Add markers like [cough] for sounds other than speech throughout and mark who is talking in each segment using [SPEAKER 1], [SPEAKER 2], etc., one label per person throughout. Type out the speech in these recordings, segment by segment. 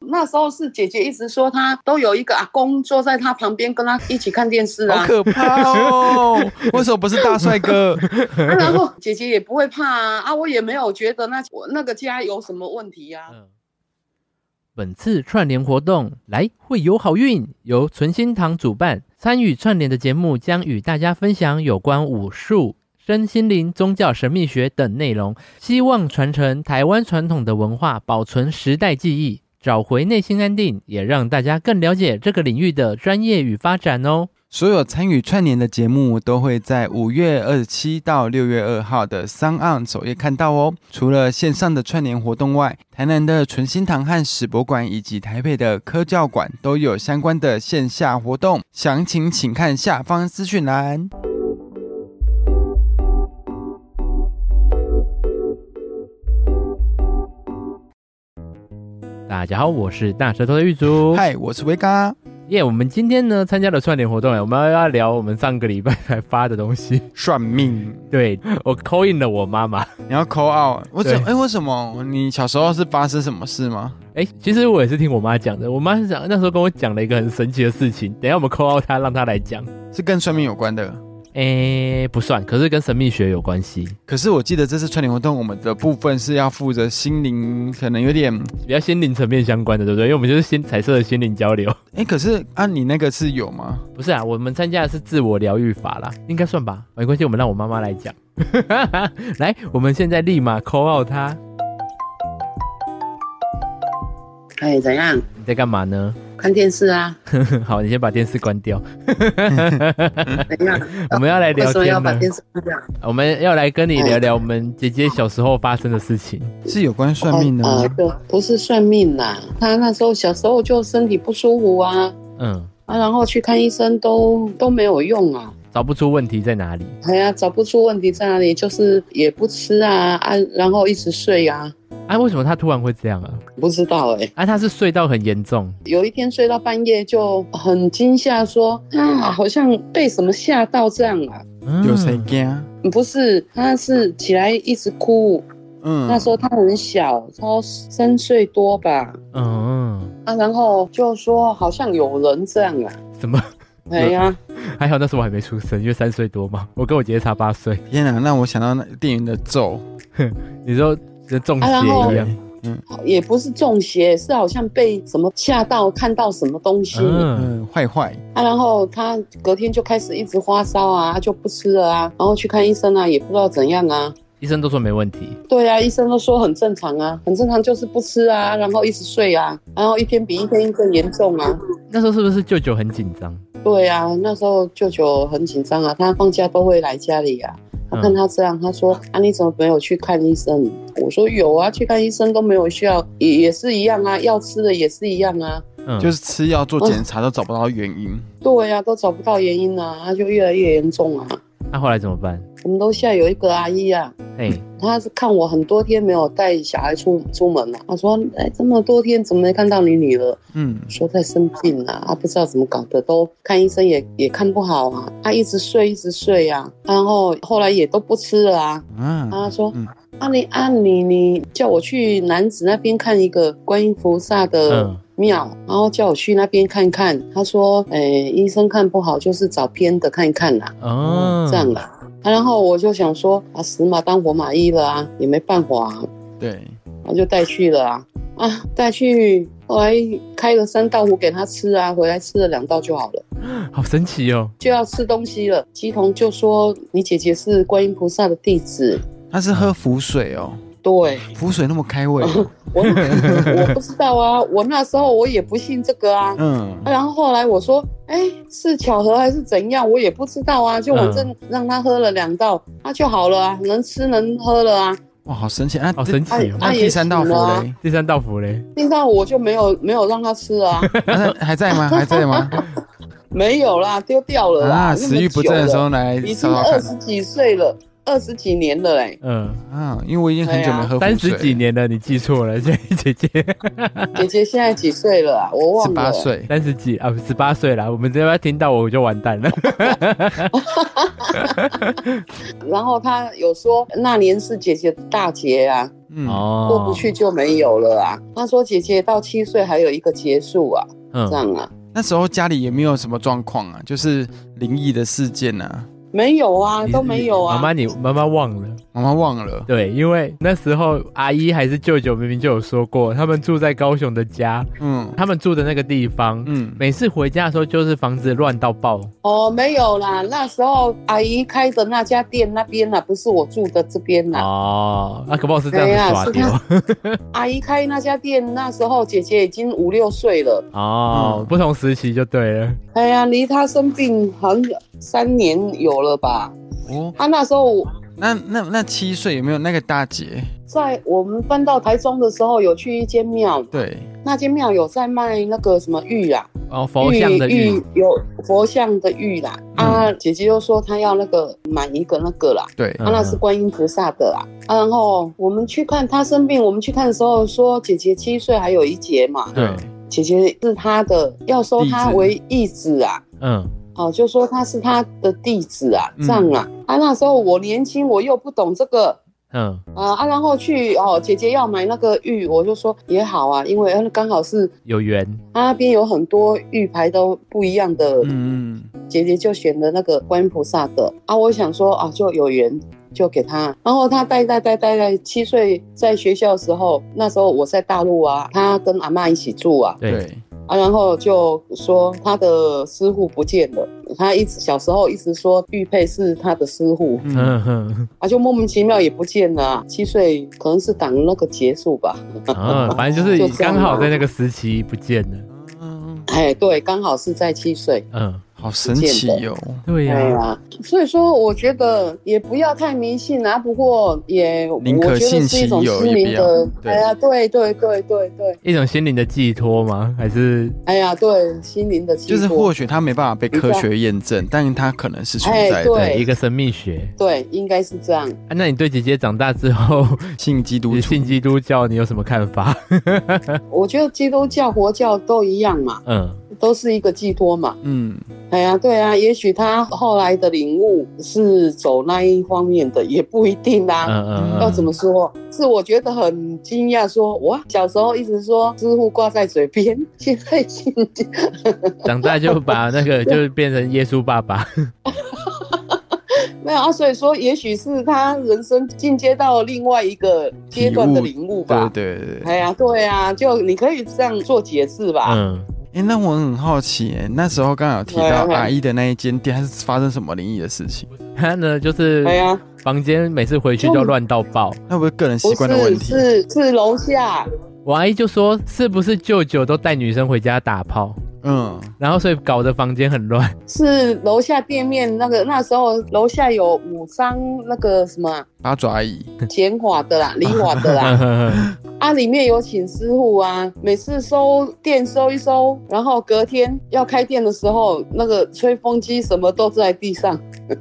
[SPEAKER 1] 那时候是姐姐一直说她都有一个阿公坐在她旁边，跟她一起看电视
[SPEAKER 2] 好
[SPEAKER 1] 啊。
[SPEAKER 2] 可怕哦！为什么不是大帅哥？
[SPEAKER 1] 啊然后姐姐也不会怕啊，啊，我也没有觉得那我那个家有什么问题呀、啊。
[SPEAKER 3] 嗯本次串联活动来会有好运，由存心堂主办。参与串联的节目将与大家分享有关武术、身心灵、宗教、神秘学等内容，希望传承台湾传统的文化，保存时代记忆，找回内心安定，也让大家更了解这个领域的专业与发展哦。
[SPEAKER 2] [laughs] 所有参与串联的节目都会在五月二十七到六月二号的商岸首页看到哦。除了线上的串联活动外，台南的纯心堂和史博馆以及台北的科教馆都有相关的线下活动，详情请看下方资讯栏。
[SPEAKER 3] 大家好，我是大舌头的玉竹。
[SPEAKER 2] 嗨，我是维嘎。
[SPEAKER 3] 耶我们今天呢参加了串联活动，我们要聊我们上个礼拜才发的东西。
[SPEAKER 2] 算命，
[SPEAKER 3] 对我 call in 了我妈妈。
[SPEAKER 2] 你要扣 out？我怎
[SPEAKER 3] 对
[SPEAKER 2] 哎？为什么？你小时候是发生什么事吗？
[SPEAKER 3] 哎、其实我也是听我妈讲的，我妈是讲那时候跟我讲了一个很神奇的事情，等一下我们扣到她，让她来讲。
[SPEAKER 2] 是跟算命有关的。
[SPEAKER 3] 哎、不算，可是跟神秘学有关系，
[SPEAKER 2] 可是我记得这次串联活动，我们的部分是要负责心灵，可能有点
[SPEAKER 3] 比较心灵层面相关的，对不对？因为我们就是心彩色的心灵交流。
[SPEAKER 2] 哎、可是啊，你那个是有吗？
[SPEAKER 3] 不是啊，我们参加的是自我疗愈法啦，应该算吧，没关系，我们让我妈妈来讲。 [laughs] 来，我们现在立马扣到她，
[SPEAKER 1] 哎，怎样？
[SPEAKER 3] 你在干嘛呢？ [laughs]
[SPEAKER 1] 看电视啊？
[SPEAKER 3] 好，你先把电视关掉， [laughs]
[SPEAKER 1] 怎
[SPEAKER 2] [laughs]
[SPEAKER 1] 样？
[SPEAKER 3] 我们要
[SPEAKER 1] 为
[SPEAKER 3] 来聊
[SPEAKER 1] 什么要
[SPEAKER 3] 天
[SPEAKER 1] 把
[SPEAKER 3] 了。
[SPEAKER 1] 电视关掉？
[SPEAKER 3] 我们要来跟你聊聊我们姐姐小时候发生的事情。
[SPEAKER 2] 是有关算命的
[SPEAKER 1] 哦
[SPEAKER 2] 吗
[SPEAKER 1] 呃？就不是算命啦，他那时候小时候就身体不舒服啊，
[SPEAKER 3] 嗯，
[SPEAKER 1] 啊，然后去看医生都都没有用啊。
[SPEAKER 3] 找不出问题在哪里。
[SPEAKER 1] 哎呀，找不出问题在哪里，就是也不吃啊啊，然后一直睡啊，
[SPEAKER 3] 啊，为什么他突然会这样啊？
[SPEAKER 1] 不知道哎、
[SPEAKER 3] 啊，他是睡到很严重，
[SPEAKER 1] 有一天睡到半夜就很惊吓说，啊，好像被什么吓到这样啊。
[SPEAKER 3] 嗯
[SPEAKER 2] 有谁惊？
[SPEAKER 1] 不是，他是起来一直哭。
[SPEAKER 2] 嗯，
[SPEAKER 1] 那时候他很小，他三岁多吧，
[SPEAKER 3] 嗯，
[SPEAKER 1] 啊，然后就说好像有人这样啊。
[SPEAKER 3] 什么？ [laughs]
[SPEAKER 1] 哎呀，
[SPEAKER 3] 还好那时候我还没出生，因为三岁多嘛。我跟我姐姐差八岁，
[SPEAKER 2] 天哪、让我想到那电影的咒，
[SPEAKER 3] 你说就中
[SPEAKER 1] 啊然后
[SPEAKER 3] 邪一样。
[SPEAKER 1] 也不是中邪，是好像被什么吓到，看到什么东西、
[SPEAKER 3] 嗯，
[SPEAKER 2] 嗯，坏坏，
[SPEAKER 1] 啊。然后他隔天就开始一直发烧啊，他就不吃了啊，然后去看医生啊，也不知道怎样啊。
[SPEAKER 3] 医生都说没问题。
[SPEAKER 1] 对啊，医生都说很正常啊，很正常，就是不吃啊，然后一直睡啊，然后一天比一天更严重啊。
[SPEAKER 3] 那时候是不是舅舅很紧张？
[SPEAKER 1] 对啊，那时候舅舅很紧张啊，他放假都会来家里啊。我看他这样，他说：“啊，你怎么没有去看医生？”我说：“有啊，去看医生都没有效，也也是一样啊，药吃的也是一样啊。
[SPEAKER 3] 嗯，
[SPEAKER 2] 就是是吃药做检查都找不到原因。
[SPEAKER 1] 对呀、啊，都找不到原因啊，他就越来越严重啊。
[SPEAKER 3] 那、后来怎么办？
[SPEAKER 1] 我们楼下有一个阿姨啊，
[SPEAKER 3] 哎，
[SPEAKER 1] 她是看我很多天没有带小孩出出门了、她说：‘哎，这么多天怎么没看到你女儿？’
[SPEAKER 2] 嗯，
[SPEAKER 1] 说在生病啊，啊不知道怎么搞的，都看医生也也看不好啊，啊一直睡一直睡啊，然后后来也都不吃了啊。
[SPEAKER 2] 啊，
[SPEAKER 1] 啊说
[SPEAKER 2] 嗯
[SPEAKER 1] 啊你啊你你叫我去南子那边看一个观音菩萨的
[SPEAKER 3] 嗯
[SPEAKER 1] 庙，然后叫我去那边看看。他说，诶、医生看不好，就是找偏的看一看啦、
[SPEAKER 3] 哦，
[SPEAKER 1] 这样啦、啊然后我就想说，啊死马当活马医了啊，也没办法啊，
[SPEAKER 2] 对，
[SPEAKER 1] 然后就带去了啊啊，带去，后来开了三道壶给他吃啊，回来吃了两道就好了，
[SPEAKER 3] 好神奇哦。
[SPEAKER 1] 就要吃东西了。鸡童就说：“你姐姐是观音菩萨的弟子。
[SPEAKER 2] 他是喝符水哦，”
[SPEAKER 1] 对
[SPEAKER 2] 符水那么开胃哦，
[SPEAKER 1] 我， [laughs] 我不知道啊，我那时候我也不信这个啊。
[SPEAKER 2] 嗯，
[SPEAKER 1] 然后后来我说：“哎，是巧合还是怎样？我也不知道啊。”就我
[SPEAKER 3] 嗯
[SPEAKER 1] 正让他喝了两道，他、就好了啊，能吃能喝了啊。
[SPEAKER 2] 哇，好神奇啊！
[SPEAKER 3] 好神奇
[SPEAKER 1] 哎
[SPEAKER 3] 哦。
[SPEAKER 2] 那
[SPEAKER 1] 哎
[SPEAKER 2] 第三道符嘞，
[SPEAKER 3] 第三道符嘞，，
[SPEAKER 1] 听到我就没有没有让他吃
[SPEAKER 2] [laughs]
[SPEAKER 1] 啊，
[SPEAKER 2] 那还在吗？还
[SPEAKER 1] [laughs]
[SPEAKER 2] 在吗？
[SPEAKER 1] 没有啦，丢掉了啦。
[SPEAKER 2] 啊，
[SPEAKER 1] 那么
[SPEAKER 2] 食欲不
[SPEAKER 1] 久
[SPEAKER 2] 振的时
[SPEAKER 1] 了
[SPEAKER 2] 候来
[SPEAKER 1] 已经
[SPEAKER 2] 烧烧
[SPEAKER 1] 二
[SPEAKER 2] 看
[SPEAKER 1] 十几岁了，二十几年了嘞
[SPEAKER 3] [laughs] 嗯，
[SPEAKER 2] 啊，因为我已经很久没喝
[SPEAKER 3] 三
[SPEAKER 2] 符水
[SPEAKER 3] 十
[SPEAKER 2] 了，
[SPEAKER 3] 几年了，你记错了， [laughs] 姐姐姐，
[SPEAKER 1] 姐姐现在几岁了啊？我忘
[SPEAKER 2] 十
[SPEAKER 1] 了。
[SPEAKER 2] 八。岁，
[SPEAKER 3] 三十几啊，十八岁了。我们这边听到我就完蛋了。
[SPEAKER 1] 然后她有说那年是姐姐的大劫啊，
[SPEAKER 2] 嗯，
[SPEAKER 3] 哦，
[SPEAKER 1] 过不去，就没有了啊。他说姐姐到七岁还有一个结束啊，
[SPEAKER 3] 嗯
[SPEAKER 1] 这，样啊，
[SPEAKER 2] 那时候家里也没有什么状况啊，就是灵异的事件啊，
[SPEAKER 1] 没有啊，
[SPEAKER 3] 你
[SPEAKER 1] 都没有啊。
[SPEAKER 3] 妈妈，你妈妈忘了。
[SPEAKER 2] 妈妈忘了。
[SPEAKER 3] 对，因为那时候阿姨还是舅舅明明就有说过，他们住在高雄的家，
[SPEAKER 2] 嗯
[SPEAKER 3] 他们住的那个地方，
[SPEAKER 2] 嗯，
[SPEAKER 3] 每次回家的时候就是房子乱到爆。
[SPEAKER 1] 哦，没有啦，那时候阿姨开的那家店那边呢、啊不是我住的这边呢、
[SPEAKER 3] 哦，那、可不好是这样
[SPEAKER 1] 哎呀
[SPEAKER 3] 子耍
[SPEAKER 1] 是
[SPEAKER 3] 丢。
[SPEAKER 1] 阿姨开那家店，那时候姐姐已经五六岁了。
[SPEAKER 3] [laughs] 哦，
[SPEAKER 2] 嗯
[SPEAKER 3] 不同时期就对了。
[SPEAKER 1] 哎呀，离她生病很三年有了吧？
[SPEAKER 2] 哦，
[SPEAKER 1] 她那时候我
[SPEAKER 2] 那那那七岁有没有那个大姐？
[SPEAKER 1] 在我们搬到台中的时候，有去一间庙，
[SPEAKER 2] 对，
[SPEAKER 1] 那间庙有在卖那个什么玉啊，
[SPEAKER 3] 哦，佛像的
[SPEAKER 1] 玉
[SPEAKER 3] 玉，
[SPEAKER 1] 有佛像的玉啦。啊，姐姐又说她要那个买一个那个啦，
[SPEAKER 2] 对，
[SPEAKER 1] 啊，那是观音菩萨的啊。啊然后我们去看她生病，我们去看的时候说姐姐七岁还有一节嘛，
[SPEAKER 3] 对，
[SPEAKER 1] 姐姐是她的，要收她
[SPEAKER 2] 弟子
[SPEAKER 1] 为义子啊。
[SPEAKER 3] 嗯，
[SPEAKER 1] 哦，就说他是他的弟子啊，
[SPEAKER 2] 嗯
[SPEAKER 1] 这样啊，啊那时候我年轻，我又不懂这个，
[SPEAKER 3] 嗯，
[SPEAKER 1] 啊啊，然后去哦，姐姐要买那个玉，我就说也好啊，因为呃刚好是
[SPEAKER 3] 有缘，
[SPEAKER 1] 它那边有很多玉牌都不一样的，
[SPEAKER 2] 嗯嗯，
[SPEAKER 1] 姐姐就选的那个观音菩萨的啊，我想说啊就有缘。就给他，然后他带带带带带，七岁在学校的时候，那时候我在大陆啊，他跟阿嬷一起住啊，
[SPEAKER 3] 对，
[SPEAKER 1] 啊，然后就说他的师傅不见了，他一直小时候一直说玉佩是他的师傅，
[SPEAKER 2] 嗯，
[SPEAKER 3] 嗯哼，
[SPEAKER 1] 啊，就莫名其妙也不见了、啊，七岁可能是挡那个结束吧，
[SPEAKER 3] 嗯，
[SPEAKER 1] [laughs]
[SPEAKER 3] 反正就是
[SPEAKER 1] 啊
[SPEAKER 3] 刚好在那个时期不见了。
[SPEAKER 2] 嗯
[SPEAKER 1] 哎，对，刚好是在七岁，
[SPEAKER 3] 嗯，
[SPEAKER 2] 啊好神奇哦哟、
[SPEAKER 3] 对呀、
[SPEAKER 1] 对啊，所以说我觉得也不要太迷信啊，不过也我
[SPEAKER 2] 宁可
[SPEAKER 1] 觉
[SPEAKER 2] 信
[SPEAKER 1] 得
[SPEAKER 2] 其
[SPEAKER 1] 是一种
[SPEAKER 2] 有
[SPEAKER 1] 心
[SPEAKER 2] 也
[SPEAKER 1] 灵
[SPEAKER 2] 不要
[SPEAKER 1] 的，
[SPEAKER 2] 对
[SPEAKER 1] 哎呀，对对对对对，
[SPEAKER 3] 一种心灵的寄托吗？还是
[SPEAKER 1] 哎呀，对，心灵的寄
[SPEAKER 2] 就是
[SPEAKER 1] 托
[SPEAKER 2] 或许它没办法被科学验证，但它可能是存在
[SPEAKER 1] 哎
[SPEAKER 2] 的。
[SPEAKER 1] 对
[SPEAKER 3] 一个神秘学？
[SPEAKER 1] 对，应该是这样。
[SPEAKER 3] 啊，那你对姐姐长大之后
[SPEAKER 2] 信基督
[SPEAKER 3] 你
[SPEAKER 2] 徒，
[SPEAKER 3] 信基督教，你有什么看法？
[SPEAKER 1] 我觉得基督教、佛教都一样嘛，
[SPEAKER 3] 嗯，
[SPEAKER 1] 都是一个寄托嘛。
[SPEAKER 2] 嗯，
[SPEAKER 1] 哎呀，对啊，也许他后来的领悟是走那一方面的，也不一定啊。
[SPEAKER 3] 嗯嗯，
[SPEAKER 1] 要怎么说？是我觉得很惊讶说，哇，小时候一直说师傅挂在嘴边， [laughs] 现在信教
[SPEAKER 3] 长大就把那个就变成耶稣爸爸，
[SPEAKER 1] 没有啊。所以说，也许是他人生进阶到另外一个阶段的领悟
[SPEAKER 2] 对
[SPEAKER 1] 吧。
[SPEAKER 2] 对对对。
[SPEAKER 1] 哎呀，对啊，就你可以这样做解释吧。
[SPEAKER 3] 嗯，
[SPEAKER 2] 哎、那我很好奇、诶那时候刚好有提到
[SPEAKER 1] 嗯嗯
[SPEAKER 2] 阿姨的那一间店，它是发生什么灵异的事情？
[SPEAKER 3] 他呢
[SPEAKER 2] 嗯
[SPEAKER 3] 就是
[SPEAKER 1] 哎呀，
[SPEAKER 3] 房间每次回去都乱到爆，
[SPEAKER 2] 那不是个人
[SPEAKER 1] 不
[SPEAKER 2] 习惯的问
[SPEAKER 1] 是，
[SPEAKER 2] 题？
[SPEAKER 1] 是是楼下，
[SPEAKER 3] 我阿姨就说是不是舅舅都带女生回家打炮，
[SPEAKER 2] 嗯，
[SPEAKER 3] 然后所以搞得房间很乱，
[SPEAKER 1] 是楼下店面那个那时候楼下有五张那个什么啊
[SPEAKER 2] 八爪阿姨，
[SPEAKER 1] 减法的啦、理法的
[SPEAKER 2] [laughs]
[SPEAKER 1] 啦， [laughs] 啊，里面有请师傅啊，每次收店收一收，然后隔天要开店的时候，那个吹风机什么都在地上。
[SPEAKER 3] [laughs]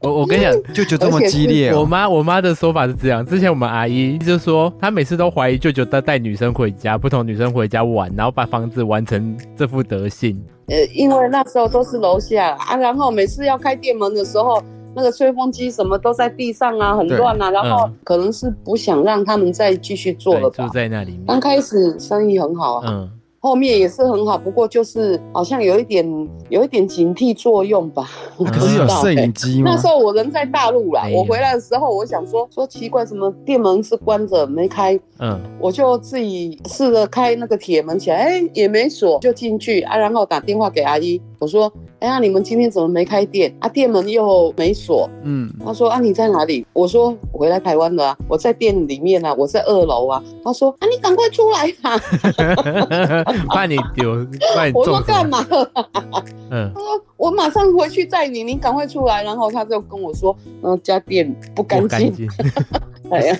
[SPEAKER 3] 我我跟你 [laughs] 讲。
[SPEAKER 2] 舅舅这么激烈、
[SPEAKER 3] 我
[SPEAKER 2] 哦，
[SPEAKER 3] 妈我妈的说法是这样，之前我们阿姨就说，她每次都怀疑舅舅带带女生回家，不同女生回家玩，然后把房子玩成这副德性。
[SPEAKER 1] 呃，因为那时候都是楼下啊，然后每次要开店门的时候，那个吹风机什么都在地上啊，很乱啊，然后
[SPEAKER 3] 嗯
[SPEAKER 1] 可能是不想让他们再继续做了
[SPEAKER 3] 对
[SPEAKER 1] 吧
[SPEAKER 3] 住。在那里面
[SPEAKER 1] 刚。开始生意很好啊，
[SPEAKER 3] 嗯，
[SPEAKER 1] 后面也是很好，不过就是好像有一点有一点警惕作用吧。我
[SPEAKER 3] 啊
[SPEAKER 1] 不
[SPEAKER 2] 可是
[SPEAKER 1] 知
[SPEAKER 2] 有
[SPEAKER 1] 道
[SPEAKER 2] 摄
[SPEAKER 1] 欸
[SPEAKER 2] 影机吗
[SPEAKER 1] 那？时候我人在大陆啦
[SPEAKER 3] 没，有
[SPEAKER 1] 我回来的时候，我想说说奇怪，怎么店门是关着没开？ [laughs]
[SPEAKER 3] 嗯，
[SPEAKER 1] 我就自己试着开那个铁门起来，哎、也没锁，就进去啊。然后打电话给阿姨，我说，哎、呀，你们今天怎么没开店啊？店门又没锁。
[SPEAKER 2] 嗯，
[SPEAKER 1] 她说啊，你在哪里？我说我回来台湾了啊，我在店里面啊，我在二楼啊。她说啊，你赶快出来
[SPEAKER 3] [laughs]
[SPEAKER 1] 啊！
[SPEAKER 3] 怕你
[SPEAKER 1] [laughs]
[SPEAKER 3] 丢，怕你中。
[SPEAKER 1] 我说干？嘛？
[SPEAKER 3] 嗯，
[SPEAKER 1] 我马上回去载你，你赶快出来。然后她就跟我说，嗯，家店不干
[SPEAKER 3] 不干
[SPEAKER 1] 净。
[SPEAKER 3] 净。
[SPEAKER 1] 哎呀。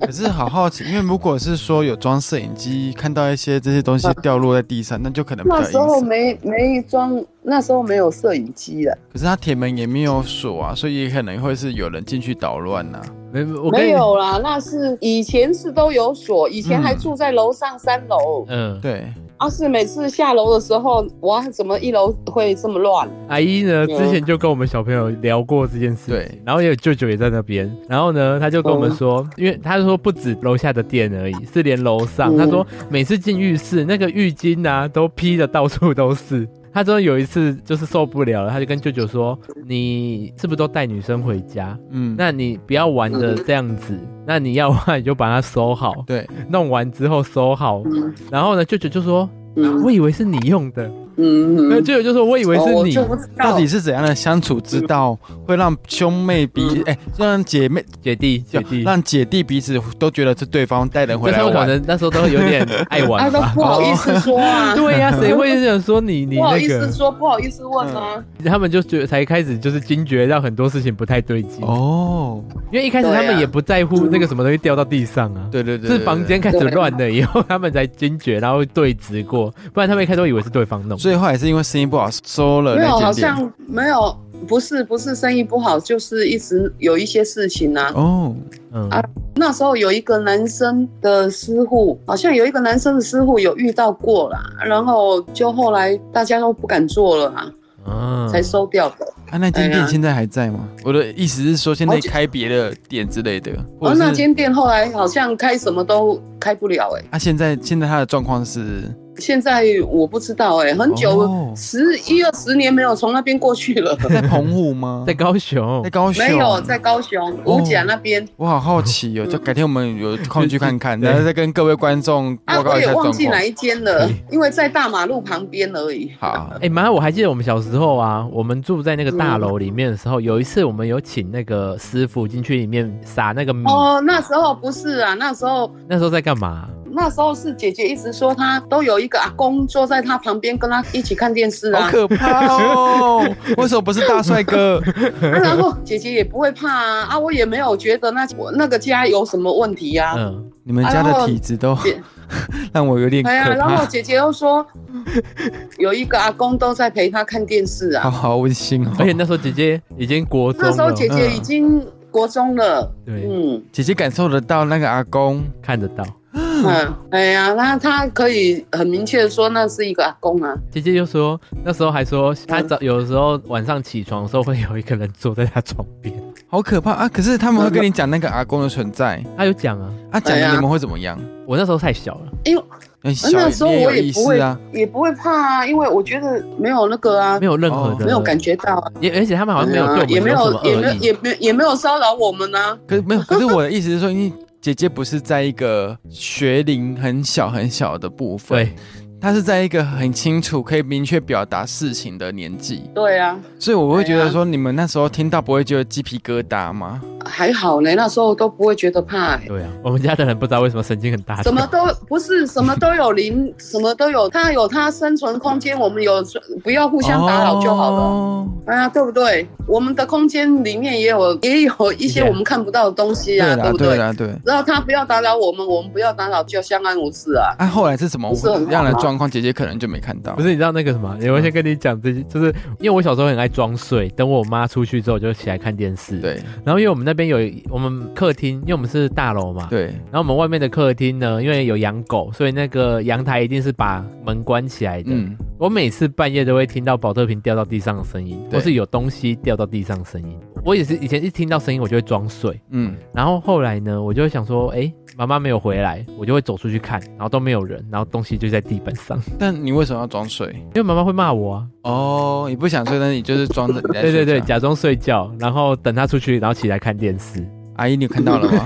[SPEAKER 2] 可是好好奇，因为如果是说有装摄影机，看到一些这些东西掉落在地上，那就可能比较
[SPEAKER 1] 那
[SPEAKER 2] 阴
[SPEAKER 1] 时候
[SPEAKER 2] 森。
[SPEAKER 1] 没没装，那时候没有摄影机了，
[SPEAKER 2] 可是他铁门也没有锁啊，所以也可能会是有人进去捣乱啊呐、
[SPEAKER 3] [laughs] 没我跟
[SPEAKER 1] 没
[SPEAKER 3] 你，
[SPEAKER 1] 有啦，那是以前是都有锁，以前还
[SPEAKER 2] 嗯
[SPEAKER 1] 住在楼上三楼，
[SPEAKER 3] 嗯，
[SPEAKER 2] 对，
[SPEAKER 1] 啊是每次下楼的时候，哇，怎么一楼会这么乱？
[SPEAKER 3] 阿姨呢，之
[SPEAKER 1] 有
[SPEAKER 3] 前就跟我们小朋友聊过这件事情
[SPEAKER 2] 对，
[SPEAKER 3] 然后也有舅舅也在那边，然后呢，他就跟我们
[SPEAKER 1] 嗯
[SPEAKER 3] 说，因为他说不止楼下的店而已，是连楼上，
[SPEAKER 1] 嗯
[SPEAKER 3] 他说每次进浴室那个浴巾啊都披的到处都是。他说有一次就是受不了了，他就跟舅舅说：“你是不是都带女生回家？
[SPEAKER 2] 嗯，
[SPEAKER 3] 那你不要玩的
[SPEAKER 1] 嗯
[SPEAKER 3] 这样子，那你要玩你就把它收好，
[SPEAKER 2] 对，
[SPEAKER 3] 弄完之后收好。
[SPEAKER 1] 嗯
[SPEAKER 3] 然后呢，舅舅就说：“
[SPEAKER 1] 嗯
[SPEAKER 3] 我以为是你用的。
[SPEAKER 1] 嗯，
[SPEAKER 3] 那
[SPEAKER 1] 嗯
[SPEAKER 3] 舅舅就说：“我以为
[SPEAKER 1] 哦
[SPEAKER 3] 是
[SPEAKER 1] 我
[SPEAKER 3] 你。
[SPEAKER 1] 就不知道
[SPEAKER 2] 到底是怎样的相处之道会让兄妹彼
[SPEAKER 1] 嗯
[SPEAKER 2] 哎、让姐妹
[SPEAKER 3] 姐弟，姐弟，
[SPEAKER 2] 让姐弟彼此都觉得是对方带人回来
[SPEAKER 3] 但是我可
[SPEAKER 2] 玩，
[SPEAKER 3] 能那时候都有点爱
[SPEAKER 1] [laughs] 啊
[SPEAKER 3] 玩
[SPEAKER 1] 都
[SPEAKER 3] 吧。哦
[SPEAKER 1] 不好意思说啊，
[SPEAKER 3] [laughs] 对呀、谁会想说你你
[SPEAKER 1] 不好
[SPEAKER 3] 那
[SPEAKER 1] 意思
[SPEAKER 3] 个？嗯
[SPEAKER 1] 说，不好意思问啊，
[SPEAKER 3] 他们就觉得才开始就是惊觉到很多事情不太对劲，
[SPEAKER 2] 哦，
[SPEAKER 3] 因为一开始
[SPEAKER 1] 对啊
[SPEAKER 3] 他们也不在乎那个什么东西掉到地上啊。
[SPEAKER 2] 对对对
[SPEAKER 3] 是房。
[SPEAKER 2] 对对
[SPEAKER 3] 间
[SPEAKER 2] 对
[SPEAKER 3] 开始乱了以后，他们才惊觉，然后对质过，不然他们一开始都以为是对方弄。
[SPEAKER 2] 所以后来是因为生意不好收了
[SPEAKER 1] 没有，好
[SPEAKER 2] 那间店
[SPEAKER 1] 像没有，不是不是生意不好，就是一直有一些事情啊。
[SPEAKER 2] 哦，
[SPEAKER 3] 嗯，
[SPEAKER 1] 啊那时候有一个男生的师傅，好像有一个男生的师傅有遇到过啦，然后就后来大家都不敢做了啊，
[SPEAKER 2] 嗯
[SPEAKER 3] 啊
[SPEAKER 1] 才收掉的。
[SPEAKER 2] 啊，那间
[SPEAKER 1] 哎
[SPEAKER 2] 店
[SPEAKER 1] 呀
[SPEAKER 2] 现在还在吗？我的意思是说，现在
[SPEAKER 1] 好久
[SPEAKER 2] 开别的店之类的，
[SPEAKER 1] 而、
[SPEAKER 2] 或者
[SPEAKER 1] 哦那
[SPEAKER 2] 是
[SPEAKER 1] 间店后来好像开什么都开不了、欸，
[SPEAKER 2] 啊，现在现在他的状况是 [laughs]
[SPEAKER 1] 现在我不知道、欸，很久
[SPEAKER 2] 哦
[SPEAKER 1] 十一二十年没有从那边过去
[SPEAKER 2] [laughs]
[SPEAKER 1] 了，
[SPEAKER 2] 在澎湖吗？
[SPEAKER 3] 在高雄
[SPEAKER 2] [laughs] 在，高雄？
[SPEAKER 1] 没有在嗯高雄五甲那边。
[SPEAKER 2] 我好好奇哦，就改天我们有空去看 [laughs] 看，
[SPEAKER 3] 对
[SPEAKER 2] 然后再跟各位观众
[SPEAKER 1] 啊
[SPEAKER 2] 报，告
[SPEAKER 1] 我
[SPEAKER 2] 一下
[SPEAKER 1] 也忘
[SPEAKER 2] 状
[SPEAKER 1] 记
[SPEAKER 2] 况
[SPEAKER 1] 哪。一间了，因为在大马路旁边而已。
[SPEAKER 2] 好，
[SPEAKER 3] 哎、妈，我还记得我们小时候啊，我们住在那个大楼里面的时候，有一次我们有请那个师傅进去里面撒那个
[SPEAKER 2] 嗯
[SPEAKER 3] 米。
[SPEAKER 1] 哦，那时候不是啊，那时候
[SPEAKER 3] 那时候在干嘛？
[SPEAKER 1] 那时候是姐姐一直说她都有一个阿公坐在她旁边跟她一起看电视
[SPEAKER 2] 好
[SPEAKER 1] 啊，
[SPEAKER 2] 可怕 [laughs] 哦！为什么不是大帅哥？
[SPEAKER 1] 啊然后姐姐也不会怕啊，啊我也没有觉得那我那个家有什么问题呀、啊。
[SPEAKER 3] 嗯，
[SPEAKER 2] 你们家的体质都 [laughs] 让我有点
[SPEAKER 1] 哎呀，
[SPEAKER 2] 可
[SPEAKER 1] 然后
[SPEAKER 2] 怕，
[SPEAKER 1] 姐姐又说，嗯有一个阿公都在陪她看电视
[SPEAKER 2] 好
[SPEAKER 1] 啊。
[SPEAKER 2] 哦好温馨哦。
[SPEAKER 3] 而且那时候姐姐已经国中了，
[SPEAKER 1] 那时候姐姐已经国中了，
[SPEAKER 3] 对
[SPEAKER 1] 嗯
[SPEAKER 2] 姐姐感受得到那个阿公，
[SPEAKER 3] 看得到。
[SPEAKER 1] 嗯，哎呀，那她可以很明确的说那是一个阿公啊，
[SPEAKER 3] 姐姐就说，那时候还说，她早有的时候晚上起床的时候会有一个人坐在她床边，
[SPEAKER 2] 好可怕啊！可是他们会跟你讲那个阿公的存在
[SPEAKER 3] 她有讲啊。
[SPEAKER 2] 啊，讲
[SPEAKER 1] 哎
[SPEAKER 2] 了
[SPEAKER 1] 呀
[SPEAKER 2] 你们会怎么样？
[SPEAKER 3] 我那时候太小了，
[SPEAKER 1] 因为
[SPEAKER 2] 那
[SPEAKER 1] 那时
[SPEAKER 2] 小
[SPEAKER 1] 候
[SPEAKER 2] 也
[SPEAKER 1] 我
[SPEAKER 2] 有
[SPEAKER 1] 也
[SPEAKER 2] 意
[SPEAKER 1] 不会
[SPEAKER 2] 思啊，
[SPEAKER 1] 也不会怕啊，因为我觉得没有那个啊
[SPEAKER 3] 没，有任何的，
[SPEAKER 2] 哦
[SPEAKER 1] 没有感觉到啊。
[SPEAKER 3] 也而且他们好像没有对我们
[SPEAKER 1] 啊也没
[SPEAKER 3] 什么
[SPEAKER 1] 有，也没
[SPEAKER 3] 恶
[SPEAKER 1] 有，
[SPEAKER 3] 意。
[SPEAKER 1] 也没有也没有骚扰我们呢、
[SPEAKER 2] 可是没有，可是我的意思是说，因为姐姐不是在一个学龄很小很小的部分，
[SPEAKER 3] 对，
[SPEAKER 2] 他是在一个很清楚、可以明确表达事情的年纪，
[SPEAKER 1] 对啊，
[SPEAKER 2] 所以我会觉
[SPEAKER 1] 对
[SPEAKER 2] 得
[SPEAKER 1] 啊
[SPEAKER 2] 说，你们那时候听到不会觉得鸡皮疙瘩吗？
[SPEAKER 1] 还好呢，那时候都不会觉得怕、欸。
[SPEAKER 3] 对啊，我们家的人不知道为什么神经很大条，
[SPEAKER 1] 什么都不是，什么都有零， [laughs] 什么都有，他有他生存空间，我们有不要互
[SPEAKER 2] 互
[SPEAKER 1] 相打扰就好了。
[SPEAKER 2] 哦、
[SPEAKER 1] 哎呀，对不对？我们的空间里面也有也有一些
[SPEAKER 3] 对
[SPEAKER 1] 我们看不到的东西
[SPEAKER 2] 对
[SPEAKER 1] 啊，
[SPEAKER 2] 啦，
[SPEAKER 1] 不
[SPEAKER 2] 对
[SPEAKER 1] 对？
[SPEAKER 2] 啦，对。
[SPEAKER 1] 然后他不要打扰我们，我们不要打扰，就相安无事啊。
[SPEAKER 2] 啊，后来是什么
[SPEAKER 1] 不是很好
[SPEAKER 2] 样的
[SPEAKER 1] 吗
[SPEAKER 2] 状况？姐姐可能就没看到。
[SPEAKER 3] 不是，你知道那个什么？我先跟你讲这些，就是因为我小时候很爱装睡，等我妈出去之后我就起来看电视。，
[SPEAKER 2] 对
[SPEAKER 3] 然后因为我们那边有我们客厅，因为我们是大楼嘛，
[SPEAKER 2] 对，
[SPEAKER 3] 然后我们外面的客厅呢，因为有养狗，所以那个阳台一定是把门关起来的。
[SPEAKER 2] 嗯，
[SPEAKER 3] 我每次半夜都会听到保特瓶掉到地上的声音，
[SPEAKER 2] 对
[SPEAKER 3] 或是有东西掉到地上的声音。我也是以前一听到声音我就会装睡，
[SPEAKER 2] 嗯，
[SPEAKER 3] 然后后来呢，我就会想说，哎，妈妈没有回来，我就会走出去看，然后都没有人，然后东西就在地板上， [laughs]
[SPEAKER 2] 但你为什么要装睡？
[SPEAKER 3] 因为妈妈会骂我啊。
[SPEAKER 2] 哦，你不想睡，但是你就是装着你 [laughs] 在
[SPEAKER 3] 对对
[SPEAKER 2] 睡
[SPEAKER 3] 对，
[SPEAKER 2] 觉
[SPEAKER 3] 假装睡觉，然后等他出去，然后起来看电视。 [laughs]
[SPEAKER 2] 阿姨，你有看到了吗？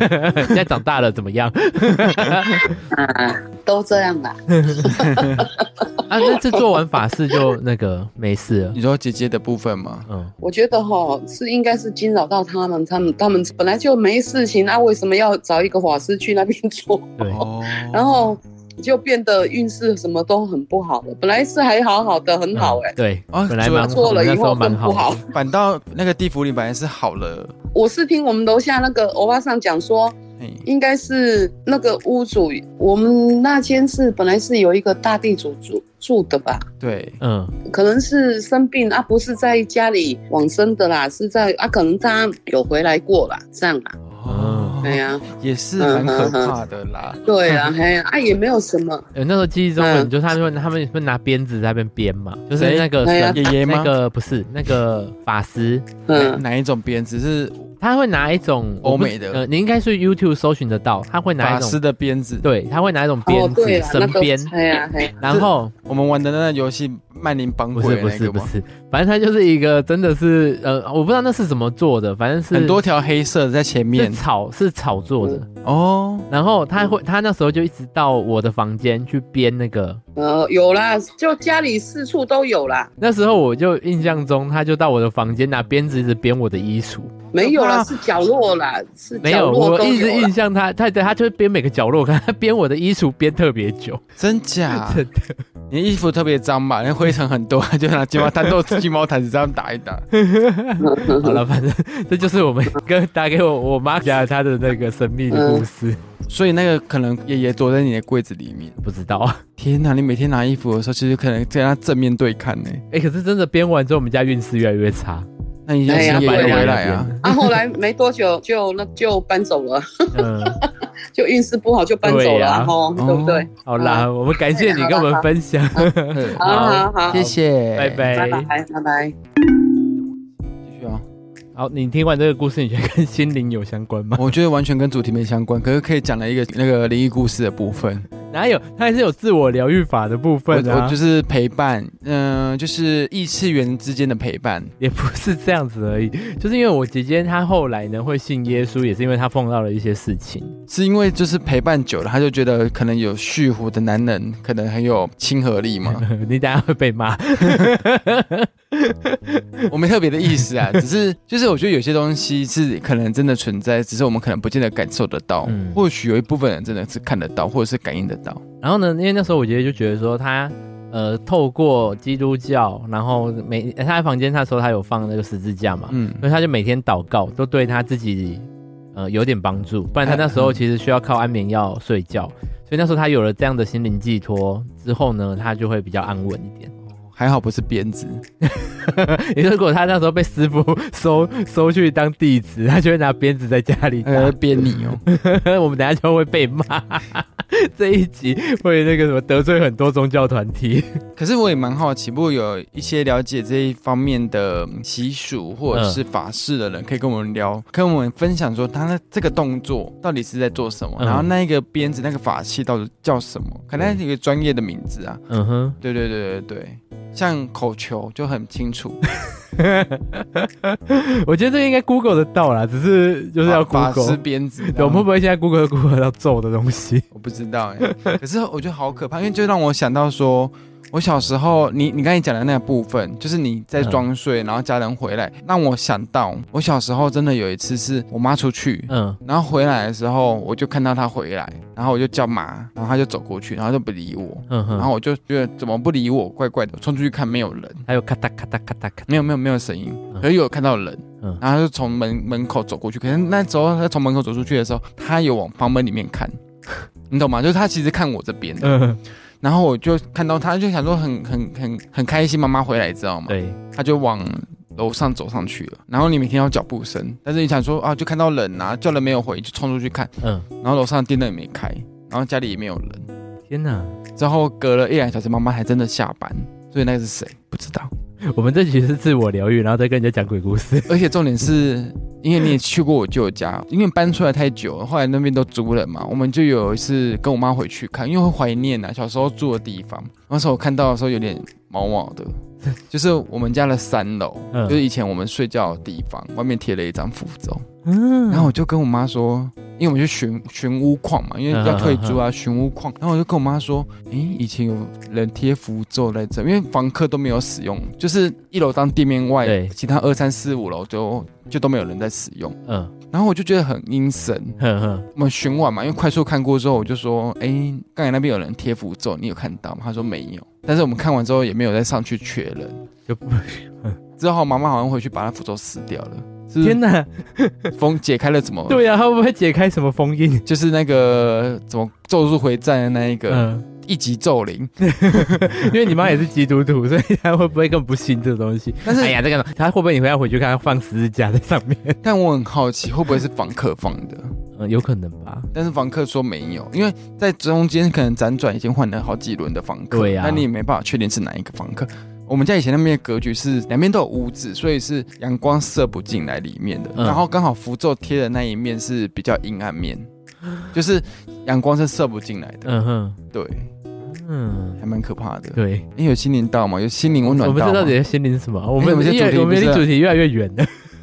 [SPEAKER 3] 现在长大了怎么样？ [laughs]
[SPEAKER 1] 啊，都这样啦。
[SPEAKER 3] 啊，那次做完法事就那个没事了。
[SPEAKER 2] [laughs] 你说姐姐的部分吗？
[SPEAKER 3] 嗯，
[SPEAKER 1] 我觉得哈是应该是惊扰到他们，他们他们本来就没事情，那、为什么要找一个法师去那边做？
[SPEAKER 3] [laughs] 嗯对，
[SPEAKER 2] 哦，
[SPEAKER 1] 然后就变得运势什么都很不好了。本来是还好好的，很好哎、
[SPEAKER 3] 嗯对，
[SPEAKER 2] 啊
[SPEAKER 3] 本来
[SPEAKER 2] 做
[SPEAKER 3] 蛮好
[SPEAKER 1] 做了
[SPEAKER 3] 那
[SPEAKER 1] 以
[SPEAKER 3] 时候
[SPEAKER 1] 后
[SPEAKER 3] 蛮
[SPEAKER 1] 更
[SPEAKER 3] 好
[SPEAKER 1] 不
[SPEAKER 3] 的
[SPEAKER 1] 好。
[SPEAKER 2] 反倒那个地府里本来是好了，
[SPEAKER 1] 我是听我们楼下那个欧巴桑讲说，
[SPEAKER 2] 嘿，
[SPEAKER 1] 应该是那个屋主，我们那间是本来是有一个大地主住住的吧，
[SPEAKER 2] 对，
[SPEAKER 3] 嗯，
[SPEAKER 1] 可能是生病啊，不是在家里往生的啦，是在啊，可能他有回来过啦，这样啦，
[SPEAKER 2] 哦，
[SPEAKER 1] 对呀、
[SPEAKER 2] 也是蛮可怕的啦。
[SPEAKER 1] 对
[SPEAKER 3] [laughs]
[SPEAKER 1] 呀、啊，嘿呀，啊也没有什么，
[SPEAKER 3] 有那时候记忆中文，
[SPEAKER 1] 嗯
[SPEAKER 3] 就是他们他们会拿鞭子在那边鞭嘛，就是
[SPEAKER 2] 谁
[SPEAKER 3] 那个
[SPEAKER 1] 哎呀
[SPEAKER 3] 神
[SPEAKER 2] 爷爷
[SPEAKER 3] 那
[SPEAKER 2] 吗？
[SPEAKER 3] 个不是那个法师，
[SPEAKER 2] 哪
[SPEAKER 1] 嗯
[SPEAKER 2] 哪一种鞭子是
[SPEAKER 3] 他会拿一种
[SPEAKER 2] 欧
[SPEAKER 3] 我不
[SPEAKER 2] 美的
[SPEAKER 3] 呃，你应该去 YouTube 搜寻得到，他会拿
[SPEAKER 2] 法
[SPEAKER 3] 一
[SPEAKER 2] 师
[SPEAKER 3] 种，
[SPEAKER 2] 的鞭子？
[SPEAKER 3] 对，他会拿一种
[SPEAKER 1] 哦
[SPEAKER 3] 哎鞭子
[SPEAKER 1] 对啦，那
[SPEAKER 3] 神
[SPEAKER 1] 个
[SPEAKER 3] 鞭，
[SPEAKER 1] 哎呀嘿呀，
[SPEAKER 3] 然后
[SPEAKER 2] 我们玩的那个游戏《曼宁帮
[SPEAKER 3] 不
[SPEAKER 2] 鬼
[SPEAKER 3] 是》不
[SPEAKER 2] 那
[SPEAKER 3] 是
[SPEAKER 2] 个
[SPEAKER 3] 不
[SPEAKER 2] 吗？
[SPEAKER 3] 是，反正他就是一个真的是呃，我不知道那是怎么做的，反正是
[SPEAKER 2] 很多条黑色的在前
[SPEAKER 3] 是
[SPEAKER 2] 面
[SPEAKER 3] 草是草做的，
[SPEAKER 2] 哦，
[SPEAKER 3] 然后他会他那时候就一直到我的房间去编那个。
[SPEAKER 1] 呃有啦，就家里四处都有啦，
[SPEAKER 3] 那时候我就印象中，他就到我的房间拿鞭子一直编我的衣橱，
[SPEAKER 1] 没有啦，
[SPEAKER 2] 啊
[SPEAKER 1] 是角落啦，是
[SPEAKER 3] 没
[SPEAKER 1] 角
[SPEAKER 3] 有，
[SPEAKER 1] 落
[SPEAKER 3] 我
[SPEAKER 1] 都
[SPEAKER 3] 一直
[SPEAKER 1] 有啦
[SPEAKER 3] 印。象他，他他就会编每个角落，看 [laughs] 他编我的衣橱编特别久，
[SPEAKER 2] [laughs] 真假？
[SPEAKER 3] 真的。
[SPEAKER 2] 你的衣服特别脏嘛，那灰尘很多，就拿金毛掸豆、金毛掸子这样打一 [laughs] 打。
[SPEAKER 1] 嗯
[SPEAKER 2] 嗯
[SPEAKER 3] 好了，反正这就是我们跟打给我我妈讲她的那个神秘的故事，
[SPEAKER 2] 所以那个可能爷爷躲在你的柜子里面。
[SPEAKER 3] 不知道。啊
[SPEAKER 2] 天哪，你每天拿衣服的时候，其实可能跟他正面对看呢。
[SPEAKER 3] 哎、可是真的编完之后，我们家运势越来越差，
[SPEAKER 2] 那你要
[SPEAKER 1] 哎呀
[SPEAKER 2] 是爷
[SPEAKER 1] 不
[SPEAKER 2] 爷
[SPEAKER 1] 会啊
[SPEAKER 2] 回来啊？
[SPEAKER 1] 啊，后来没多久就那就搬走了，
[SPEAKER 3] 嗯，
[SPEAKER 1] 就运势不好就搬走
[SPEAKER 3] 对啊
[SPEAKER 1] 了，
[SPEAKER 3] 呀
[SPEAKER 1] 然后对不对？
[SPEAKER 3] 好啦，我们感谢你跟我们分享，
[SPEAKER 2] 嗯 [laughs] 对
[SPEAKER 3] 哦
[SPEAKER 1] 好好好，
[SPEAKER 2] 谢谢，
[SPEAKER 3] 拜。
[SPEAKER 1] 拜
[SPEAKER 3] 拜。
[SPEAKER 1] 拜拜拜。
[SPEAKER 2] 继续啊，
[SPEAKER 3] 好，你听完这个故事，你觉得跟心灵有相关吗？
[SPEAKER 2] 我觉得完全跟主题没相关，可是可以讲了一个那个灵异故事的部分。
[SPEAKER 3] 哪有？它还是有自我疗愈法的部
[SPEAKER 2] 我
[SPEAKER 3] 分啊，
[SPEAKER 2] 嗯我就是陪伴，嗯、就是异次元之间的陪伴。
[SPEAKER 3] 也不是这样子而已。就是因为我姐姐她后来呢会信耶稣，也是因为她碰到了一些事情。 [laughs]
[SPEAKER 2] 是因为就是陪伴久了，他就觉得可能有蓄胡的男人可能很有亲和力
[SPEAKER 3] [laughs]
[SPEAKER 2] 嘛。
[SPEAKER 3] 你等下会被骂。
[SPEAKER 2] 我没特别的意思啊，只是就是我觉得有些东西是可能真的存在，只是我们可能不见得感受得到。
[SPEAKER 3] 嗯
[SPEAKER 2] 或许有一部分人真的是看得到，或者是感应得到。
[SPEAKER 3] 然后呢，因为那时候我姐姐就觉得说她，呃，透过基督教，然后每她在房间她的时候，她有放那个十字架嘛，
[SPEAKER 2] 嗯，
[SPEAKER 3] 所以她就每天祷告，都对她自己呃有点帮助。不然她那时候其实需要靠安眠药睡觉，所以那时候她有了这样的心灵寄托之后呢，她就会比较安稳一点。 [laughs]
[SPEAKER 2] 还好不是鞭子，
[SPEAKER 3] 也就是如果她那时候被师傅收收去当弟子，她就会拿鞭子在家里打。
[SPEAKER 2] 呃，鞭你哦。
[SPEAKER 3] [laughs] 我们等下就会被骂。 [laughs] 这一集会那个什么得罪很多宗教团体，
[SPEAKER 2] 可是我也蛮好奇，不过有一些了解这一方面的习俗或者
[SPEAKER 3] 嗯
[SPEAKER 2] 是法事的人，可以跟我们聊，跟我们分享说他的这个动作到底是在做什么，
[SPEAKER 3] 嗯
[SPEAKER 2] 然后那一个鞭子那个法器到底叫什么？可能它有一个专业的名字啊。
[SPEAKER 3] 嗯哼，
[SPEAKER 2] 对对对对对，像口球就很清楚，
[SPEAKER 3] 我觉得这个应该 Google 得到啦，只是 [laughs] 就是要
[SPEAKER 2] 法法师
[SPEAKER 3] Google。
[SPEAKER 2] 鞭子，啊
[SPEAKER 3] 对，我们会不会现在 Google 都 Google 到咒的东西？
[SPEAKER 2] 我不知道哎，可是我觉得好可怕，因为就让我想到说，我小时候，你你刚才讲的那个部分，就是你在装睡，然后家人回来，让我想到我小时候真的有一次是我妈出去。
[SPEAKER 3] 嗯，
[SPEAKER 2] 然后回来的时候，我就看到她回来，然后我就叫妈，然后她就走过去，然后就不理我，
[SPEAKER 3] 嗯哼，
[SPEAKER 2] 然后我就觉得怎么不理我，怪怪的，冲出去看没有人，
[SPEAKER 3] 还有咔嗒咔嗒咔嗒咔
[SPEAKER 2] 没有没有没有声音，
[SPEAKER 3] 嗯
[SPEAKER 2] 可是有看到人，
[SPEAKER 3] 嗯
[SPEAKER 2] 然后他就从门门口走过去。可是那时候他从门口走出去的时候，他有往房门里面
[SPEAKER 3] [laughs]
[SPEAKER 2] 看，你懂吗？就是他其实看我这边的，
[SPEAKER 3] 嗯，
[SPEAKER 2] 然后我就看到他，就想说很很很很开心，妈妈回来，知道吗？
[SPEAKER 3] 对，
[SPEAKER 2] 他就往楼上走上去了。然后你每听到脚步声，但是你想说啊，就看到人啊，叫人没有回，就冲出去看，
[SPEAKER 3] 嗯，
[SPEAKER 2] 然后楼上的电灯也没开，然后家里也没有人。
[SPEAKER 3] 天哪，
[SPEAKER 2] 之后隔了一两小时，妈妈才真的下班，所以那个是谁不知道。
[SPEAKER 3] 我们这集是自我疗愈，然后再跟人家讲鬼故事。
[SPEAKER 2] 而且重点是，因为你也去过我舅家，因为搬出来太久了，后来那边都租了嘛，我们就有一次跟我妈回去看，因为会怀念啊，小时候住的地方。那时候我看到的时候有点毛毛的，就是我们家的三楼，
[SPEAKER 3] 嗯
[SPEAKER 2] 就是以前我们睡觉的地方，外面贴了一张符咒。
[SPEAKER 3] 嗯，
[SPEAKER 2] 然后我就跟我妈说，因为我们去寻寻屋矿嘛，因为要退
[SPEAKER 3] 嗯
[SPEAKER 2] 租啊，寻屋矿。然后我就跟我妈说，诶，以前有人贴符咒在这，因为房客都没有使用，就是一楼当店面外
[SPEAKER 3] 对，
[SPEAKER 2] 其他二三四五楼就就都没有人在使用。
[SPEAKER 3] 嗯，
[SPEAKER 2] 然后我就觉得很阴森。
[SPEAKER 3] 哼哼，
[SPEAKER 2] 我们寻完嘛，因为快速看过之后，我就说，诶，刚才那边有人贴符咒，你有看到吗？她说没有。但是我们看完之后也没有再上去确认。
[SPEAKER 3] 就不
[SPEAKER 2] 之后妈妈好像回去把那符咒撕掉了。是不
[SPEAKER 3] 天
[SPEAKER 2] 是
[SPEAKER 3] 哪，
[SPEAKER 2] 封解开了怎么？，
[SPEAKER 3] 对呀、啊他会不会解开什么封印？
[SPEAKER 2] 就是那个怎么咒术回战的那一个、
[SPEAKER 3] 嗯，
[SPEAKER 2] 一级咒灵，
[SPEAKER 3] [laughs] 因为你妈也是基督徒，所以他会不会更不信这个东西？
[SPEAKER 2] 但是
[SPEAKER 3] [laughs] 哎呀，这个他会不会你回家回去看他放十字架在上面？
[SPEAKER 2] 但我很好奇会不会是房客放的？
[SPEAKER 3] [laughs] 嗯，有可能吧。
[SPEAKER 2] 但是房客说没有，因为在中间可能辗转已经换了好几轮的房客，
[SPEAKER 3] 对啊
[SPEAKER 2] 那你也没办法确定是哪一个房客。我们家以前那边的格局是两边都有屋子，所以是阳光射不进来里面的。
[SPEAKER 3] 嗯
[SPEAKER 2] 然后刚好符咒贴的那一面是比较阴暗面，就是阳光是射不进来的。
[SPEAKER 3] 嗯哼，
[SPEAKER 2] 对，
[SPEAKER 3] 嗯，
[SPEAKER 2] 还蛮可怕的。
[SPEAKER 3] 对，
[SPEAKER 2] 因为有心灵道嘛，有心灵温暖
[SPEAKER 3] 我
[SPEAKER 2] 道
[SPEAKER 3] 们
[SPEAKER 2] 嘛。
[SPEAKER 3] 这到底的心灵是什么？我
[SPEAKER 2] 哎
[SPEAKER 3] 们
[SPEAKER 2] 我们这
[SPEAKER 3] 越
[SPEAKER 2] 主题
[SPEAKER 3] 我们
[SPEAKER 2] 不
[SPEAKER 3] 离
[SPEAKER 2] 是
[SPEAKER 3] 主题越来越远了。 [laughs]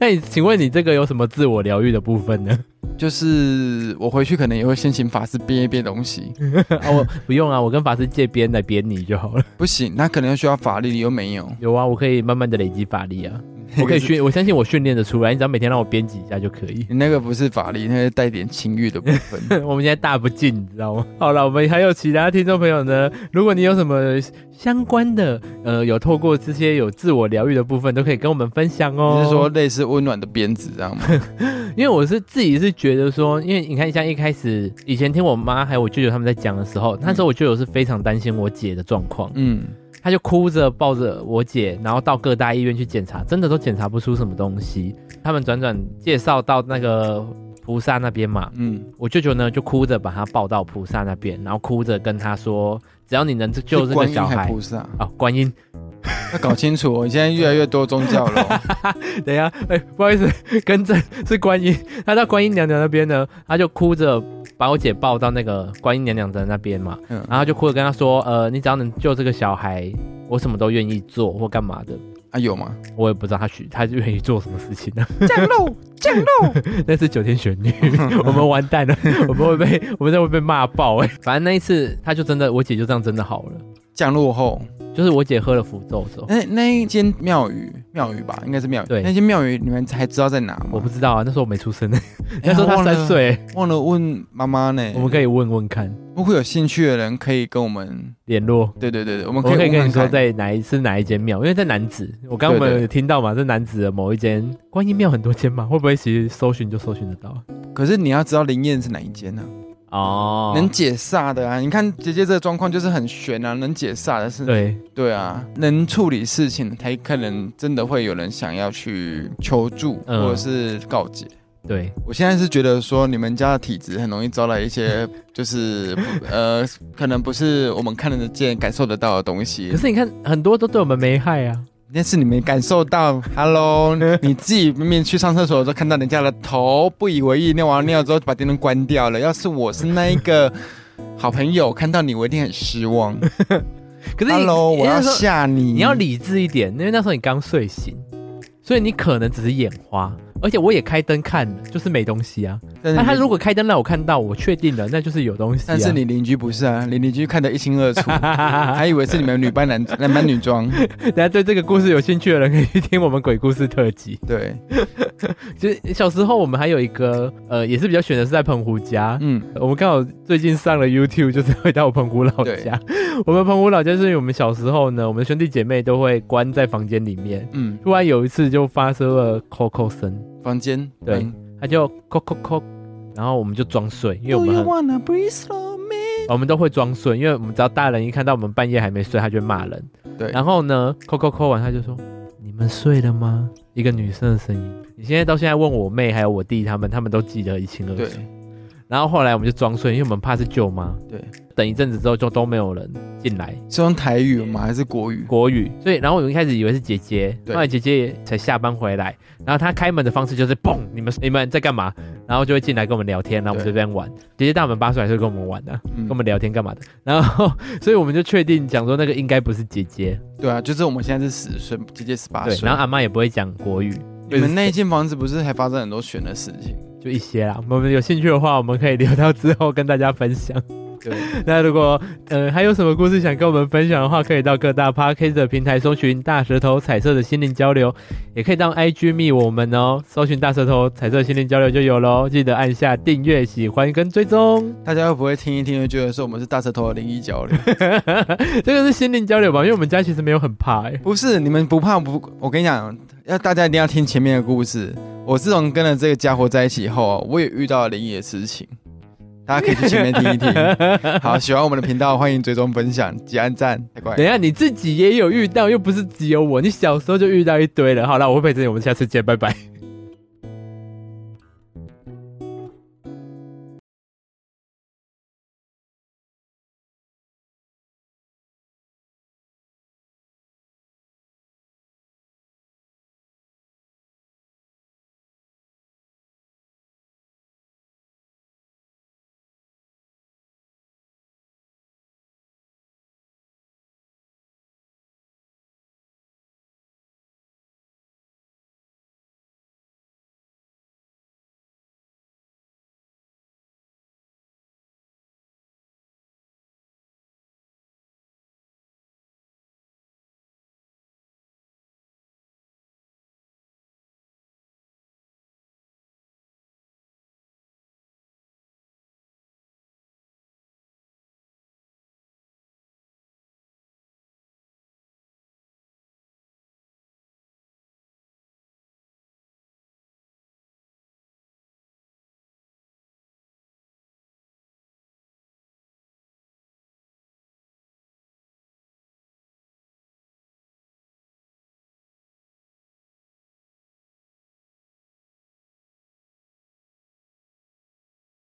[SPEAKER 3] 那你请问你这个有什么自我疗愈的部分呢？
[SPEAKER 2] 就是我回去可能也会先请法师编一编东西，
[SPEAKER 3] 啊，我不用啊，我跟法师借鞭来鞭你就好了。
[SPEAKER 2] 不行，那可能需要法力，你又没有。
[SPEAKER 3] 有啊，我可以慢慢的累积法力啊，我可以训，我相信我训练的出来，你只要每天让我编辑一下就可以。 [laughs]
[SPEAKER 2] 你那个不是法力，那个带点情欲的部分。
[SPEAKER 3] 我们现在大不敬，你知道吗？好了，我们还有其他听众朋友呢，如果你有什么呃相关的，呃，有透过这些有自我疗愈的部分，都可以跟我们分享 [laughs] 哦。
[SPEAKER 2] 你是说类似温暖的鞭子这样吗？
[SPEAKER 3] [laughs] 因为我是自己是觉得说，因为你看，像一开始以前听我妈还有我舅舅他们在讲的时候，那时候我舅舅是非常担心我姐的状况，
[SPEAKER 2] 嗯，
[SPEAKER 3] 他就哭着抱着我姐，然后到各大医院去检查，真的都检查不出什么东西。他们转转介绍到那个菩萨那边嘛，
[SPEAKER 2] 嗯，
[SPEAKER 3] 我舅舅呢就哭着把他抱到菩萨那边，然后哭着跟他说，只要你能救
[SPEAKER 2] 是
[SPEAKER 3] 这
[SPEAKER 2] 观
[SPEAKER 3] 个
[SPEAKER 2] 音
[SPEAKER 3] 小
[SPEAKER 2] 还
[SPEAKER 3] 孩
[SPEAKER 2] 菩萨，
[SPEAKER 3] 啊、哦，观音。
[SPEAKER 2] 要搞清楚哦。你现在越来越多宗教了
[SPEAKER 3] [laughs]
[SPEAKER 2] 哦，
[SPEAKER 3] 等一下，哎、不好意思，更正是观音。他到观音娘娘那边呢，他就哭着把我姐抱到那个观音娘娘的那边嘛，
[SPEAKER 2] 嗯
[SPEAKER 3] 然后就哭着跟她说，呃，你只要能救这个小孩，我什么都愿意做或干嘛的。
[SPEAKER 2] 啊有吗？
[SPEAKER 3] 我也不知道他许他愿意做什么事情呢、 [laughs] 降肉，降肉， [laughs] 那是九天玄女， [laughs] 我们完蛋了，我们会被我们这会被骂爆哎、反正那一次，他就真的，我姐就这样真的好了，
[SPEAKER 2] 降落后，
[SPEAKER 3] 就是我姐喝了符咒之后，
[SPEAKER 2] 那那一间庙宇，庙宇吧，应该是庙宇。
[SPEAKER 3] 哦对
[SPEAKER 2] 那间庙宇你们还知道在哪
[SPEAKER 3] 我
[SPEAKER 2] 吗？
[SPEAKER 3] 不知道啊，那时候我没出生，
[SPEAKER 2] 哎
[SPEAKER 3] [laughs] 那时候她三，岁、欸
[SPEAKER 2] 忘了忘了问妈妈呢。
[SPEAKER 3] 我们可以问问看。
[SPEAKER 2] 如果有兴趣的人可以跟我们，
[SPEAKER 3] 联络。
[SPEAKER 2] 对对对对，我们
[SPEAKER 3] 我
[SPEAKER 2] 可以
[SPEAKER 3] 可以跟你
[SPEAKER 2] 问看
[SPEAKER 3] 说
[SPEAKER 2] 看
[SPEAKER 3] 在哪一是哪一间庙，因为在南子，我刚刚我
[SPEAKER 2] 对对
[SPEAKER 3] 们
[SPEAKER 2] 对
[SPEAKER 3] 有听到嘛，在南子的某一间观音庙很多间嘛，会不会其实搜寻就搜寻得到？
[SPEAKER 2] 可是你要知道灵验是哪一间呢、啊
[SPEAKER 3] 哦，
[SPEAKER 2] 能解煞的啊！你看姐姐这个状况就是很悬啊，能解煞的是
[SPEAKER 3] 对，
[SPEAKER 2] 对啊，能处理事情才可能真的会有人想要去求助
[SPEAKER 3] 嗯
[SPEAKER 2] 或者是告解。
[SPEAKER 3] 对，
[SPEAKER 2] 我现在是觉得说你们家的体质很容易招来一些就是不呃，可能不是我们看得见、感受得到的东西
[SPEAKER 3] 可。是你看很多都对我们没害啊，
[SPEAKER 2] 那是你没感受到，Hello，你
[SPEAKER 3] [laughs]
[SPEAKER 2] 自己明明去上厕所的时候看到人家的头，不以为意，尿完尿之后把电灯关掉了。要是我是那一个 [laughs] 好朋友，看到你我一定很失望。
[SPEAKER 3] 可是你
[SPEAKER 2] Hello，我要
[SPEAKER 3] 那时候
[SPEAKER 2] 吓你，
[SPEAKER 3] 你要理智一点，因为那时候你刚睡醒，所以你可能只是眼花，而且我也开灯看了，就是没东西啊。
[SPEAKER 2] 但是
[SPEAKER 3] 那、
[SPEAKER 2] 你
[SPEAKER 3] 他如果开灯让我看到，我确定了，那就是有东西、啊。
[SPEAKER 2] 但
[SPEAKER 3] [laughs]
[SPEAKER 2] 是你邻居不是啊，你邻居看得一清二楚，
[SPEAKER 3] 哈，
[SPEAKER 2] 还以为是你们女扮男男扮女装。
[SPEAKER 3] 大家对这个故事有兴趣的人可以去听我们鬼故事特辑。 [laughs]
[SPEAKER 2] 对，
[SPEAKER 3] 就是小时候我们还有一个呃，也是比较选的是在澎湖家。
[SPEAKER 2] 嗯，
[SPEAKER 3] 我们刚好最近上了 YouTube，就是回到我澎湖老家。我们澎湖老家就是因为我们小时候呢，我们兄弟姐妹都会关在房间里面。
[SPEAKER 2] 嗯，
[SPEAKER 3] 突然有一次就发生了 Coco 声，
[SPEAKER 2] 房间
[SPEAKER 3] 对
[SPEAKER 2] 嗯
[SPEAKER 3] 他就 Coco Coco，然后我们就装睡，因为我
[SPEAKER 2] Do
[SPEAKER 3] 们
[SPEAKER 2] you
[SPEAKER 3] 很
[SPEAKER 2] wanna breathe slow me？
[SPEAKER 3] 我们都会装睡，因为我们只要大人一看到我们半夜还没睡，他就会骂人。
[SPEAKER 2] 对
[SPEAKER 3] 然后呢，Coco 扣完他就说：“你们睡了吗？”一个女生的声音。你现在到现在问我妹还有我弟他们，他们都记得一清二楚。
[SPEAKER 2] 对，
[SPEAKER 3] 然后后来我们就装睡，因为我们怕是舅妈。
[SPEAKER 2] 对，
[SPEAKER 3] 等一阵子之后就都没有人进来，
[SPEAKER 2] 是用台语吗？还是国语？
[SPEAKER 3] 国语。所以然后我们一开始以为是姐姐，
[SPEAKER 2] 对
[SPEAKER 3] 后来姐姐才下班回来，然后她开门的方式就是嘣，你们你们在干嘛？然后就会进来跟我们聊天，然后我们
[SPEAKER 2] 对
[SPEAKER 3] 这边玩。姐姐大我们八岁还是跟我们玩呢、
[SPEAKER 2] 嗯
[SPEAKER 3] 跟我，们聊天干嘛的？然后 [laughs] 所以我们就确定讲说那个应该不是姐姐，
[SPEAKER 2] 对啊，就是我们现在是十岁，姐姐十八
[SPEAKER 3] 对。
[SPEAKER 2] 岁
[SPEAKER 3] 然。后阿妈也不会讲国语，
[SPEAKER 2] 你们那一间房子不是还发生很多悬的事情？
[SPEAKER 3] 就一些啦。我们有兴趣的话，我们可以留到之后跟大家分享。对， [laughs] 那如果呃还有什么故事想跟我们分享的话，可以到各大 podcast 的平台搜寻“大舌头彩色的心灵交流”，也可以到 IG 密我们哦，搜寻“大舌头彩色心灵交流”就有喽。记得按下订阅、喜欢跟追踪， [laughs]
[SPEAKER 2] 大家会不会听一听就觉得说我们是大舌头的灵异交流？
[SPEAKER 3] 这个是心灵交流吧？因为我们家其实没有很怕、欸，
[SPEAKER 2] 不是，你们不怕不？我跟你讲，要大家一定要听前面的故事。我自从跟了这个家伙在一起以后啊，我也遇到了灵异的事情，大家可以去前面听一听。好，喜欢我们的频道，欢迎追踪分享、及按赞，太乖。
[SPEAKER 3] 等一下，你自己也有遇到，又不是只有我。你小时候就遇到一堆了。好了，我会陪着你，我们下次见，拜拜。